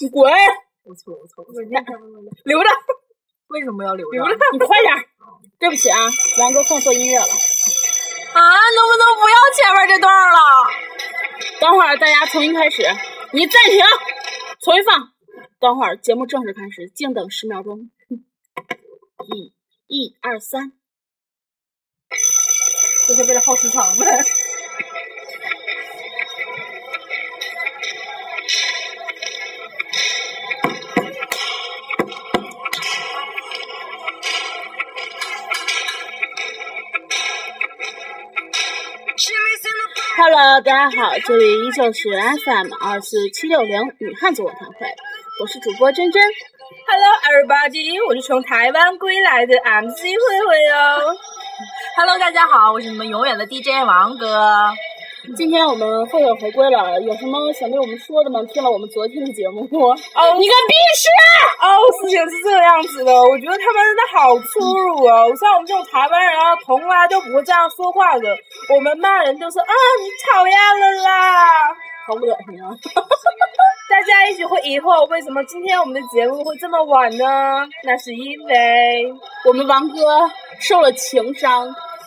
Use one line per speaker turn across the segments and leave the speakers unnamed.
你滚！
我错，我错，我
留
错。
着，留着，
啊为什么要留着？
留着，你快点儿！
嗯
对不起啊，王哥放错音乐了。
啊！能不能不要前面这段儿了？
等会儿大家重新开始，你暂停，重新放。等会儿节目正式开始，静等十秒钟。一、一、二、三，
就是为了耗时长呗。
Hello，大家好，这里依旧是 FM 二四七六零女汉子卧谈会，我是主播珍珍。
Hello everybody，我是从台湾归来的 MC 慧慧哟。Hello，大家好，我是你们永远的 DJ 王哥。
今天我们会友回归了，有什么想对我们说的吗？听了我们昨天的节目，
哦，
你个逼
哦，事情是这个样子的，我觉得他们真的好粗鲁哦，像我们这种台湾人啊，从来都不会这样说话的。我们骂人就是啊，你讨厌了啦。
好恶心啊！
大家也许会疑惑，为什么今天我们的节目会这么晚呢？那是因为
我们王哥受了情伤，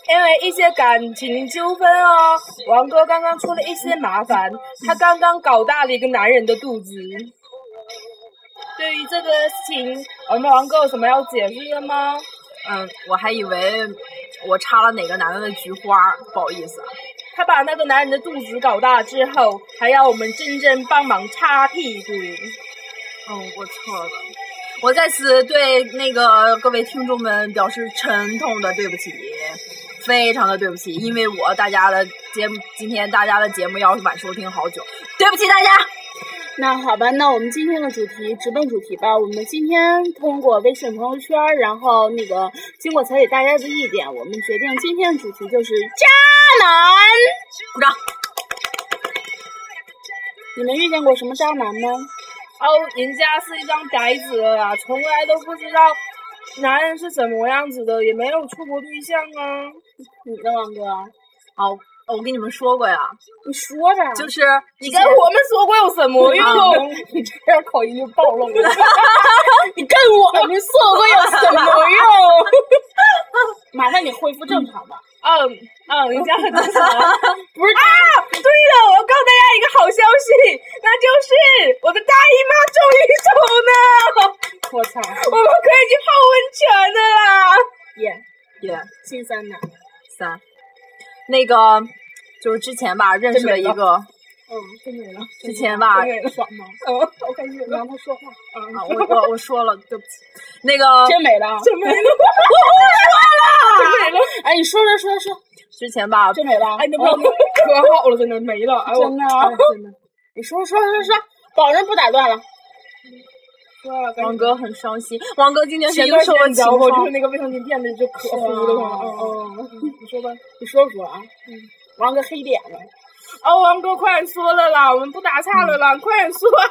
因为一些感情纠纷哦，王哥刚刚出了一些麻烦，他刚刚搞大了一个男人的肚子。对于这个事情，我们王哥有什么要解释的吗？
嗯，我还以为我插了哪个男的的菊花，不好意思啊。
他把那个男人的肚子搞大之后，还要我们真正帮忙擦屁股。
嗯，我错了。我在此对那个各位听众们表示沉痛的对不起，非常的对不起，因为我大家的节目今天大家的节目要是晚收听好久，对不起大家。
那好吧，那我们今天的主题直奔主题吧。我们今天通过微信朋友圈，然后那个经过采取大家的意见，我们决定今天的主题就是渣男。
鼓掌。
哦
你们遇见过什么渣男吗？
哦，人家是一张白纸了啦，从来都不知道男人是什么样子的，也没有处过对象啊。
你呢，王哥？
哦，我跟你们说过呀，
你说吧。
就是嗯你
你跟我们说过有什 么用？
你这样口音就暴露了。你跟我们说过有什么用？马上你恢复正常吧。
嗯嗯，人家很正常。
不
啊
是，
对了，我要告诉大家一个好消息，那就是我的大姨妈终于走了，
我操！
我们可以去泡温泉的啦。
耶、
也
新三男。
三，那个就是之前吧认识了一个，
嗯，真没了。
之前吧
真没了，爽吗？
嗯，好开心
你让他说话。嗯，
啊，我我我说了对不起，那个
真没了啊。
真没了，真没了。
哎，你说说说说，
之前吧
真没了。
哎，那朋友可好了，真的没了。哎，我
嗯真的啊
真的。
你说说说说，保证不打断了。
王哥很伤心，王哥今年是
前
一个
段时
受了
间
情
聊过，就是
伤。
那个卫生巾垫子就可
啊
是
糊的
吧
慌。
嗯嗯，你说吧，你说说啊。嗯，王哥黑脸了，
哦，王哥，快点说了啦，我们不打岔了
嗯
啦，快点说啊！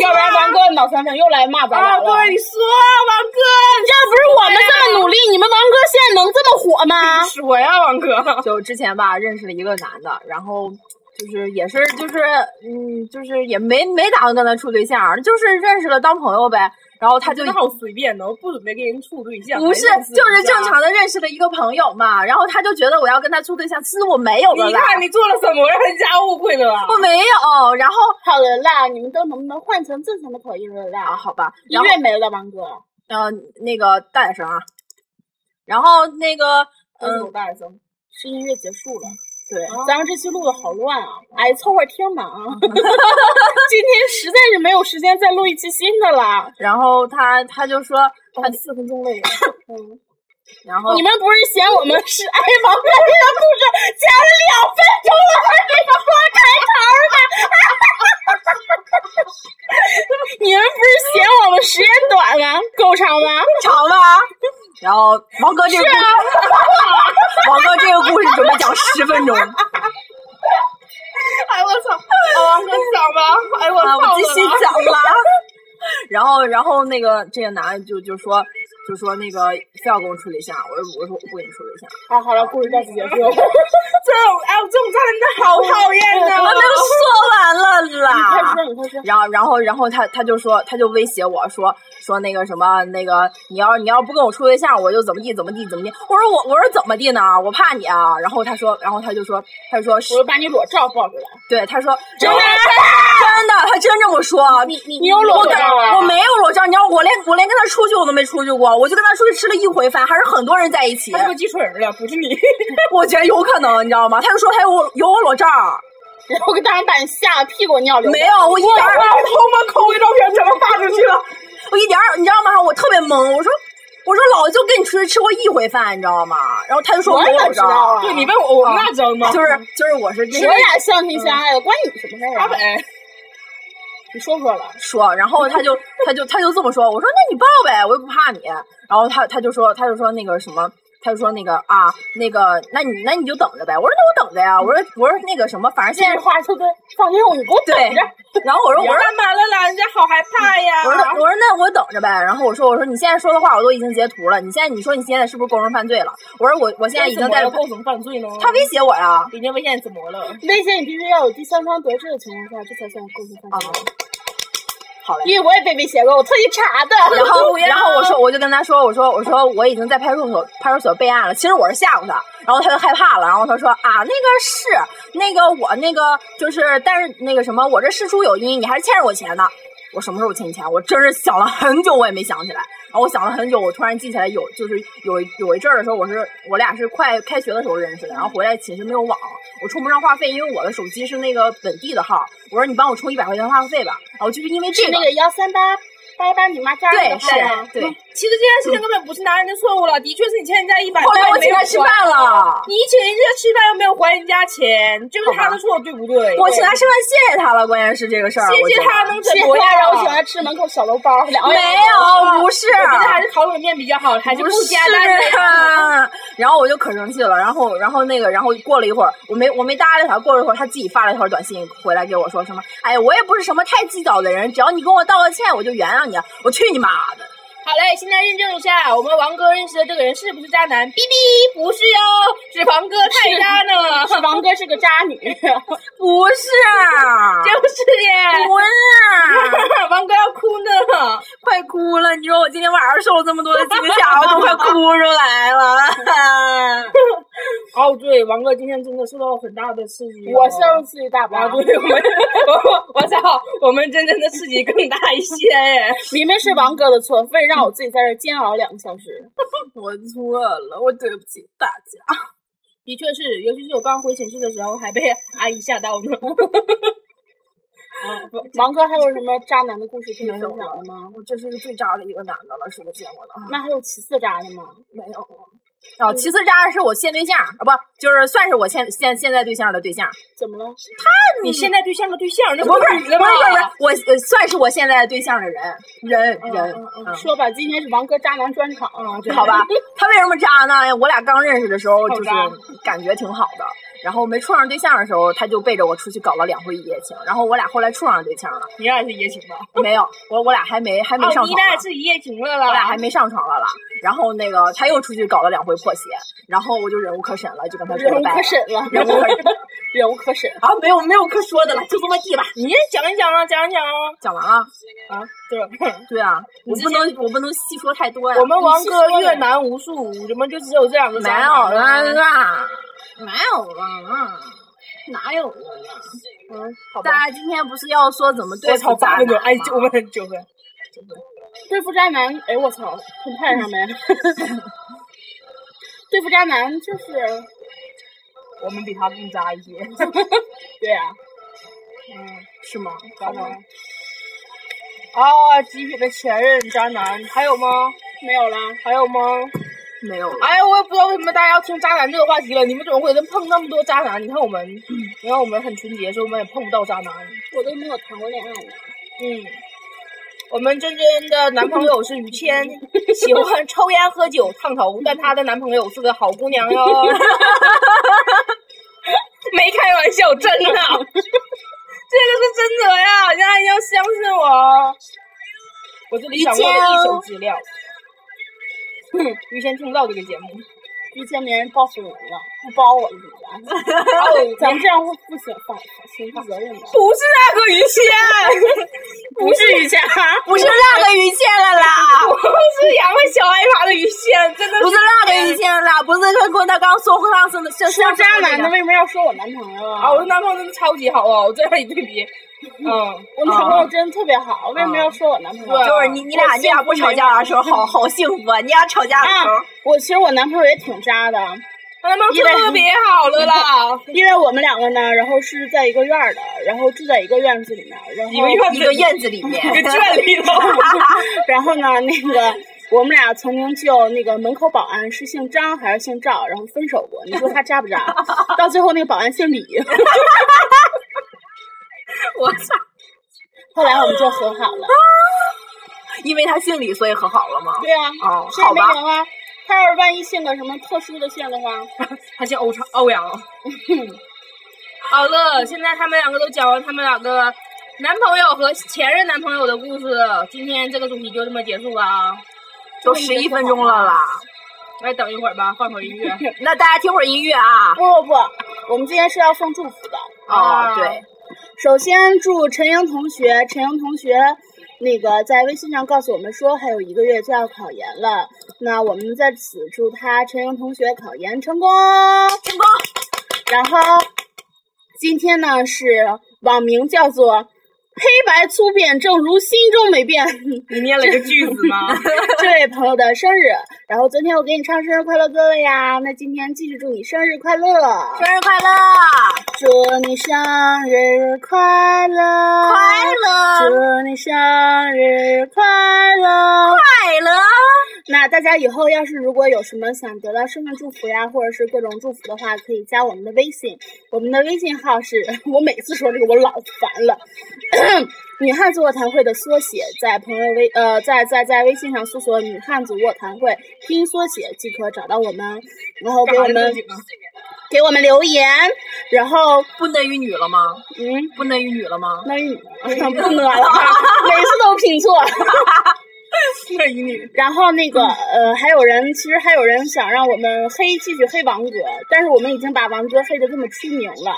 要不然王哥脑残粉又来骂咱
啊，
俩了。
对，你说啊，王哥，
要不是我们这么努力，你们王哥现在能这么火
啊
吗？
说呀，王哥。
就之前吧，认识了一个男的，然后就是也是就是嗯，就是也没没打算跟他处对象，就是认识了当朋友呗。然后他就
真的好随便哦，不准备跟人处对象，
不是
还认识
就是
人家
正。常的认识了一个朋友嘛，然后他就觉得我要跟他处对象，其实我没有了
你
啦，
看你做了什么，让人家误会了啊？
我没有。然后
好了啦，你们都能不能换成正常的口音了
啊，
啦？
好吧，
音
然后
乐没了，王哥，
呃那个大点声啊，然后那个
这是
嗯
我大学生，是音乐结束了。
对。
咱们这期录的好乱啊！哎，凑合听吧啊！ 今天实在是没有时间再录一期新的了。
然后他他就说，
啊，四分钟了也。嗯，
然后
你们不是嫌我们是爱王菲的故事讲了两分钟了，还没说开头吗？ 你们不是嫌我们时间短吗？够长吗？
长吧。然后王哥这个故事， 王哥这个故事准备讲十分钟，啊，
哎我操！哎王哥讲吧，哎
啊
我操！
我继续讲啦。然后，然后那个这个男的就就说就说那个非要跟我处对象，我就我说我不跟你处对象，
好，好了，故事到此结 束。
这种哎，这种真的啊好讨厌
我
呐！
都说完了
你
啦
快 说，你快说。
然后，然后，然后他他就说，他就威胁我说说那个什么那个，你要你要不跟我处对象，我就怎么地怎么地怎么地。我说我我说怎么地呢？我怕你啊。然后他说，然后他就说，他就说是
我就把你裸照爆出来。
对，他说 真的
啊
啊真的，他真这么说。啊
你你
你
你有裸照啊
我没有裸照，你知道我连我连跟他出去我都没出去过，我就跟他出去吃了一回饭，还是很多人在一起
他。是个鸡腿儿了，不是你。
我觉得有可能，你知道吗？他就说他有我有我裸照，
然后当时把你吓得屁股尿流。
没有，我一 点儿
把我偷摸抠的照片全都发出 去了。
我一点儿，你知道吗？我特别懵，我说我说老子就跟你出去吃过一回饭，你知道吗？然后他就说
我
没
哪
有
知道啊？
对，你问我，我们那张吗？
啊就是就是我是这
我俩相亲相爱的，关你什么事儿
阿
啊
北？，
你说说了。
说，然后他就他就他就这么说，我说那你报呗，我又不怕你。然后他他就说他就说那个什么。他就说那个啊，那个，那你那你就等着呗。我说那我等着呀。我说我说那个什么，反正
这
现在
话就跟放心，你给我等着。
然后我说我 说
干嘛了啦？人家好害怕呀啊
我说那我说那我等着呗。然后我说我说你现在说的话我都已经截图了。你现在你说你现在是不是构成犯罪了？我说我我现在已经在
构成犯罪了。
他威胁我呀。
人家危险怎么了？
危险，你必须要有第三方得知的情况下，这才算构成
啊
犯罪。，
好嘞。
因为我也被威胁过，我特意查的。
然后，
不
啊
要
然后 我说，我就跟他说，我说，我说我已经在派出所派出所备案了。其实我是吓唬他，然后他就害怕了。然后他说啊，那个是那个我那个就是，但是那个什么，我这事出有因，你还是欠着我钱呢。我什么时候欠你钱？我真是想了很久，我也没想起来。然后我想了很久，我突然记起来有，就是有有一阵儿的时候，我是我俩是快开学的时候认识的，然后回来寝室没有网，我充不上话费，因为我的手机是那个本地的号。我说你帮我充一百块钱话费吧。然后就是因为这
是那个幺三八八八你妈家
对
的
是
号吗？
对。
其实这件事情根本不是男人的错误了，的确是你欠人家一百
后
块，
来我请他吃饭了，
你请人家吃饭又没有还人家钱，这个是他的错，对不对？
我请他吃饭，谢谢他了。关键是这个事儿，
谢谢他
我觉
能
谢
怎
谢
么
他，让
样？
我请他吃门口小笼包，两
得
个人
没有，不是，
哎我觉得还是烤冷面比较好，还是
不
加单。
啊。然后我就可生气了，然后然后那个，然后过了一会儿，我没我没搭理他，过了一会儿他自己发了一条短信回来给我说什么，哎呀，我也不是什么太计较的人，只要你跟我道个歉，我就原谅你。我去你妈的！
好嘞，现在认证一下，我们王哥认识的这个人是不是渣男？哔哔，不是哟，是王哥太渣呢，
啊
是王哥是个渣 女，
不是，
就是耶，
不是，啊
王哥要哭呢。
快哭了！你说我今天晚上受了这么多的惊吓，我都快哭出来了。
哦，对，王哥今天真的受到了很大的刺激哦、
我陷入自己大
啊，
巴。
对，我们我我操，我们真正的刺激更大一些哎。
明明是王哥的错，非让我自己在这儿煎熬两个小时。
我错了，我对不起大家。
的确是，尤其是我刚回寝室的时候，还被阿姨吓到呢。
嗯
王哥还有什么渣男的故事可以分享的吗？
我这是最渣的一个男的了，是我见过的。
嗯
那还有其次渣的吗？
没有。哦，其次渣的是我现对象啊，不就是算是我现现现在对象的对象，
怎么了？
你现在对象的对象，那
不是不是不
女
是
的
不
吗？
是，我呃算是我现在对象的人人
啊嗯
人
嗯，
嗯
呃说吧，今天是王哥渣男专场啊，
好吧，他为什么渣呢？我俩刚认识的时候
好
就是
渣
感觉挺好的，然后没处上对象的时候，他就背着我出去搞了两回一夜情，然后我俩后来处上对象了，
你俩是一夜情吧？
没有，我我俩还没还没上
哦，
床呢。
你俩是一夜情了啦？
我俩还没上床了啦。然后那个他又出去搞了两回破鞋，然后我就忍无可忍了，就跟他说
忍
了
无
拜
可
了。
忍了，
忍无可忍
忍无可忍。
啊，没有没有可说的了，就这么地吧。
你讲一讲啊，讲一讲啊。
讲完了，
啊，对，
对啊，
你
我
之
不能我不能细说太多呀。
我们王哥
你细说
越
呀
南无数，我们就只有这两个
没
渣
有
男
了啊
了。
啦，没有了啦，哪有了啦？
嗯，好
大
吧。
家今天不是要说怎么对
我
付
操，八
渣男
分
吗
钟，？哎，九我们九分。
对付渣男，哎我操，很派上没？ 对付渣男就是，
我们比他更渣一些。 啊
对呀、
嗯，是吗？渣
好
男
吧。
啊，集体的前任渣男，还有吗？
没有啦。
还有吗？
没有了。
哎，我也不知道为什么大家要听渣男这个话题了。你们怎么会能碰那么多渣男？你看我们，你看我们很纯洁，所以我们也碰不到渣男。
我都没有谈过恋爱呢。
嗯，我们真真的男朋友是于谦，喜欢抽烟喝酒烫头，但她的男朋友是个好姑娘哟。没开玩笑，真的，这个是真的呀！大家一定要相信我。我这里掌握了一手资料。于谦听不到这个节目。
于谦别人报复我了，不包我了怎么办？ 哦，咱们这样会负刑法刑事责任的。
不是那个于谦，
不是于谦，
不是那个于谦 了啦，
我是养了小挨骂的于谦，真的
不是那个于谦了啦，不是他跟他刚说上次的，上
说
上次
渣
那
男
个
的为什么要说我男朋友啊？
啊！我的男朋友真的超级好哦，我这样一对比， 嗯，
我男朋友真的特别好，为什么要说我男朋友？
对
就是你你俩你俩不吵架的时候，好好幸福啊！你俩吵架的时
啊
候，，
我其实我男朋友也挺渣的，
我男朋友特别好了 啦，
因为我们两个呢，然后是在一个院儿的，然后住在一个院子里面，然后
一个院
一个院子里面，
给圈里头，
然后呢，那个我们俩曾经就那个门口保安是姓张还是姓赵，然后分手过。你说他渣不 渣？到最后那个保安姓李，
我操！
后来我们就和好 了。
因为他姓李，所以和好了吗？
对啊，
哦，
这也
好
没
吧，
辙啊。他要是万一姓个什么特殊的姓的话，
他姓欧超欧阳。 好了，现在他们两个都讲完他们两个男朋友和前任男朋友的故事，今天这个主题就这么结束了啊！
都十一分钟了啦。
来等一会儿吧，放会儿 音乐。
那大家听会儿音乐啊。
不不不，我们今天是要送祝福的。
哦，
啊
对，
首先祝陈莹同学，陈莹同学，那个在微信上告诉我们说，还有一个月就要考研了。那我们在此祝他陈莹同学考研成功，
成功。
然后今天呢是网名叫做“黑白粗变，正如心中没变”
你念了个句子吗？
这位朋友的生日。然后昨天我给你唱生日快乐歌了呀，那今天继续祝你生日快乐，
生日快乐，
祝你生日快乐，
快乐，
祝你生日快乐！
快乐，
那大家以后要是如果有什么想得到生日祝福呀，或者是各种祝福的话，可以加我们的微信。我们的微信号是 我每次说这个我老烦了， 女汉子卧谈会的缩写，在朋友微呃在在在微信上搜索“女汉子卧谈会”拼音缩写即可找到我们，然后给我们给我们留言，然后
不能与女了吗？
嗯。
不能与女了吗？
那你 不 能了，每次都拼错。
这一女，
然后那个呃，还有人，其实还有人想让我们黑，继续黑王哥，但是我们已经把王哥黑的这么出名了，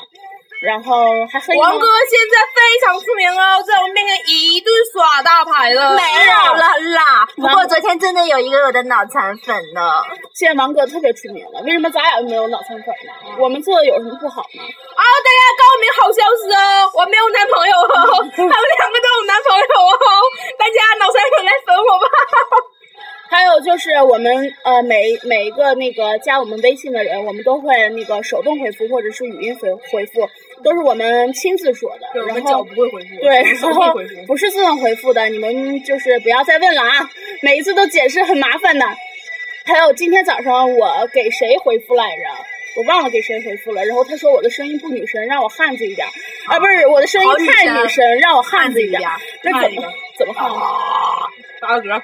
然后还黑
王
吗
哥现在非常出名哦，在我们面前一顿耍大牌了。
没有了啦。不
完
过昨天真的有一个我的脑残粉呢。
现在王哥特别出名了，为什么咱俩没有脑残粉呢？我们做的有什么不好吗？
啊，大家告明好消息哦，我没有男朋友哦，他们两个都有男朋友哦，大家脑残粉来粉我吧。
还有就是我们呃每每一个那个加我们微信的人，我们都会那个手动回复或者是语音回回复，都是我们亲自说的。然后
不会回复，
对，然
手
后
会回复。
不是自动回复的，你们就是不要再问了啊！每一次都解释很麻烦的。还有今天早上我给谁回复来着？我忘了给谁回复了。然后他说我的声音不女神，让我汉子一点儿啊，不是我的声音
好女
太
神
女神，让我汉子一点儿。
呀，
那
汉
怎
子一
么
点啊
怎么汉子？
打个嗝，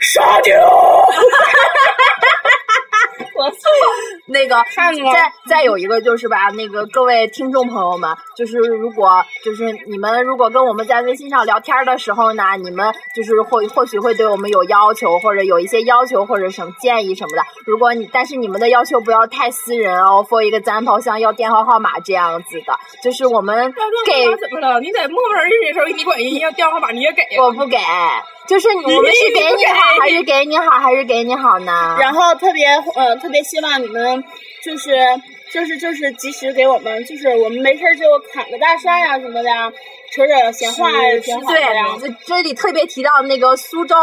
杀掉！
我操！
那个
看了
再再有一个就是吧，那个各位听众朋友们，就是如果就是你们如果跟我们在微信上聊天的时候呢，你们就是或或许会对我们有要求，或者有一些要求或者什么建议什么的。如果你但是你们的要求不要太私人哦，for example 像要电话号码这样子的，就是我们给
怎么了？你在陌陌认识的时候，你管人家要电话号码，你也给啊？
我不给，就是我们是给你好还是给你好还是给你好呢？
然后特别呃特别希望你们就是就是就是及时给我们，就是我们没事儿就侃个大山呀、什么的呀，扯扯闲话呀，挺好的呀。
对，这这里特别提到那个苏州。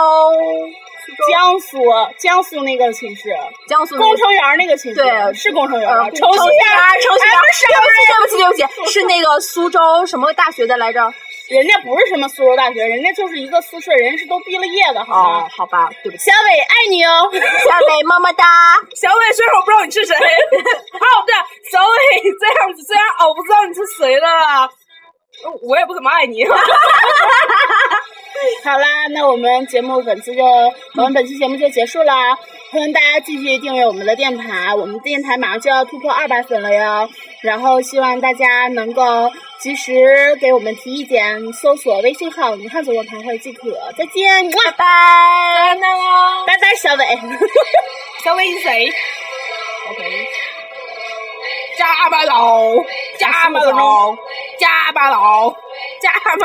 江苏江苏那个寝室，
江苏那
工
个
程园那个寝室，
嗯对
是工程园
呃
吧？，
重
新
新
呀，
啊，重新
哎
啊！
不是
对不起，对不起，对不起，是那个苏州什么大学的来着？
人家不是什么苏州大学，人家就是一个宿舍，人家是都毕了业的，好
哦
吗？，
好吧，对不起，
小伟爱你哦，
下位么么哒。
小伟，虽然我不知道你是谁， 哦对，小伟这样子，虽然哦我不知道你是谁了，我也不怎么爱你。
好啦，那我们节目本期就我们本期节目就结束啦，欢迎大家继续订阅我们的电台，我们电台马上就要突破二百粉了哟，然后希望大家能够及时给我们提意见，搜索微信号“女汉子论坛会”即可。再见，么
拜拜，拜哦，
拜拜，小伟。
小伟是谁？OK，加班佬，加班佬，加班佬，加班。